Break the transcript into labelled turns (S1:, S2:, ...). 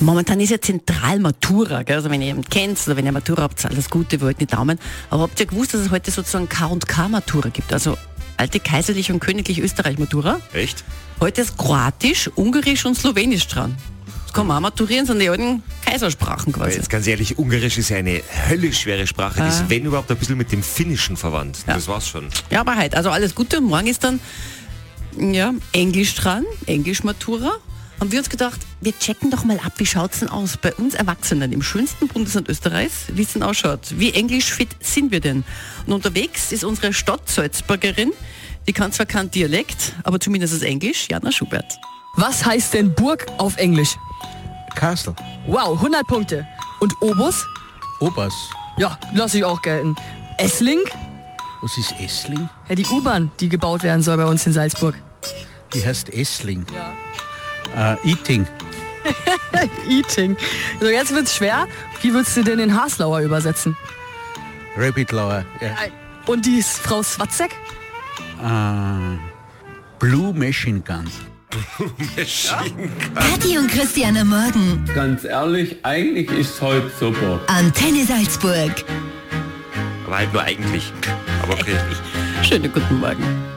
S1: Momentan ist ja zentral Matura, gell? also wenn ihr jemanden kennt oder wenn ihr Matura habt, alles Gute, wir halten die Daumen. Aber habt ihr gewusst, dass es heute sozusagen K&K-Matura gibt, also alte kaiserliche und königlich Österreich-Matura?
S2: Echt?
S1: Heute ist Kroatisch, Ungarisch und Slowenisch dran. Das kann man auch maturieren, sind die alten Kaisersprachen
S2: Aber
S1: quasi.
S2: jetzt ganz ehrlich, Ungarisch ist ja eine höllisch schwere Sprache. Die ist, wenn überhaupt, ein bisschen mit dem Finnischen verwandt. Das war's schon.
S1: Ja, aber halt, also alles Gute. Morgen ist dann ja, Englisch dran, Englisch-Matura. Haben wir uns gedacht, wir checken doch mal ab, wie schaut's denn aus bei uns Erwachsenen im schönsten Bundesland Österreichs, wie es denn ausschaut. Wie englisch fit sind wir denn? Und unterwegs ist unsere Stadt-Salzburgerin, die kann zwar kein Dialekt, aber zumindest ist Englisch, Jana Schubert.
S3: Was heißt denn Burg auf Englisch?
S4: Castle.
S3: Wow, 100 Punkte. Und Obus?
S4: Obers.
S3: Ja, lass ich auch gelten. Essling?
S4: Was ist Essling?
S3: Ja, die U-Bahn, die gebaut werden soll bei uns in Salzburg.
S4: Die heißt Essling. Äh, Eating.
S3: Eating. So, jetzt wird's schwer. Wie würdest du denn den Haslauer übersetzen?
S4: Rabbitlauer. Ja.
S3: Und die Frau Swatzek?
S4: Ah. Blue Machine Gun.
S5: Kathi und Christian am Morgen.
S6: Ganz ehrlich, eigentlich ist heute super.
S5: Antenne Salzburg.
S2: Aber halt nur eigentlich. Aber okay.
S1: Schönen guten Morgen.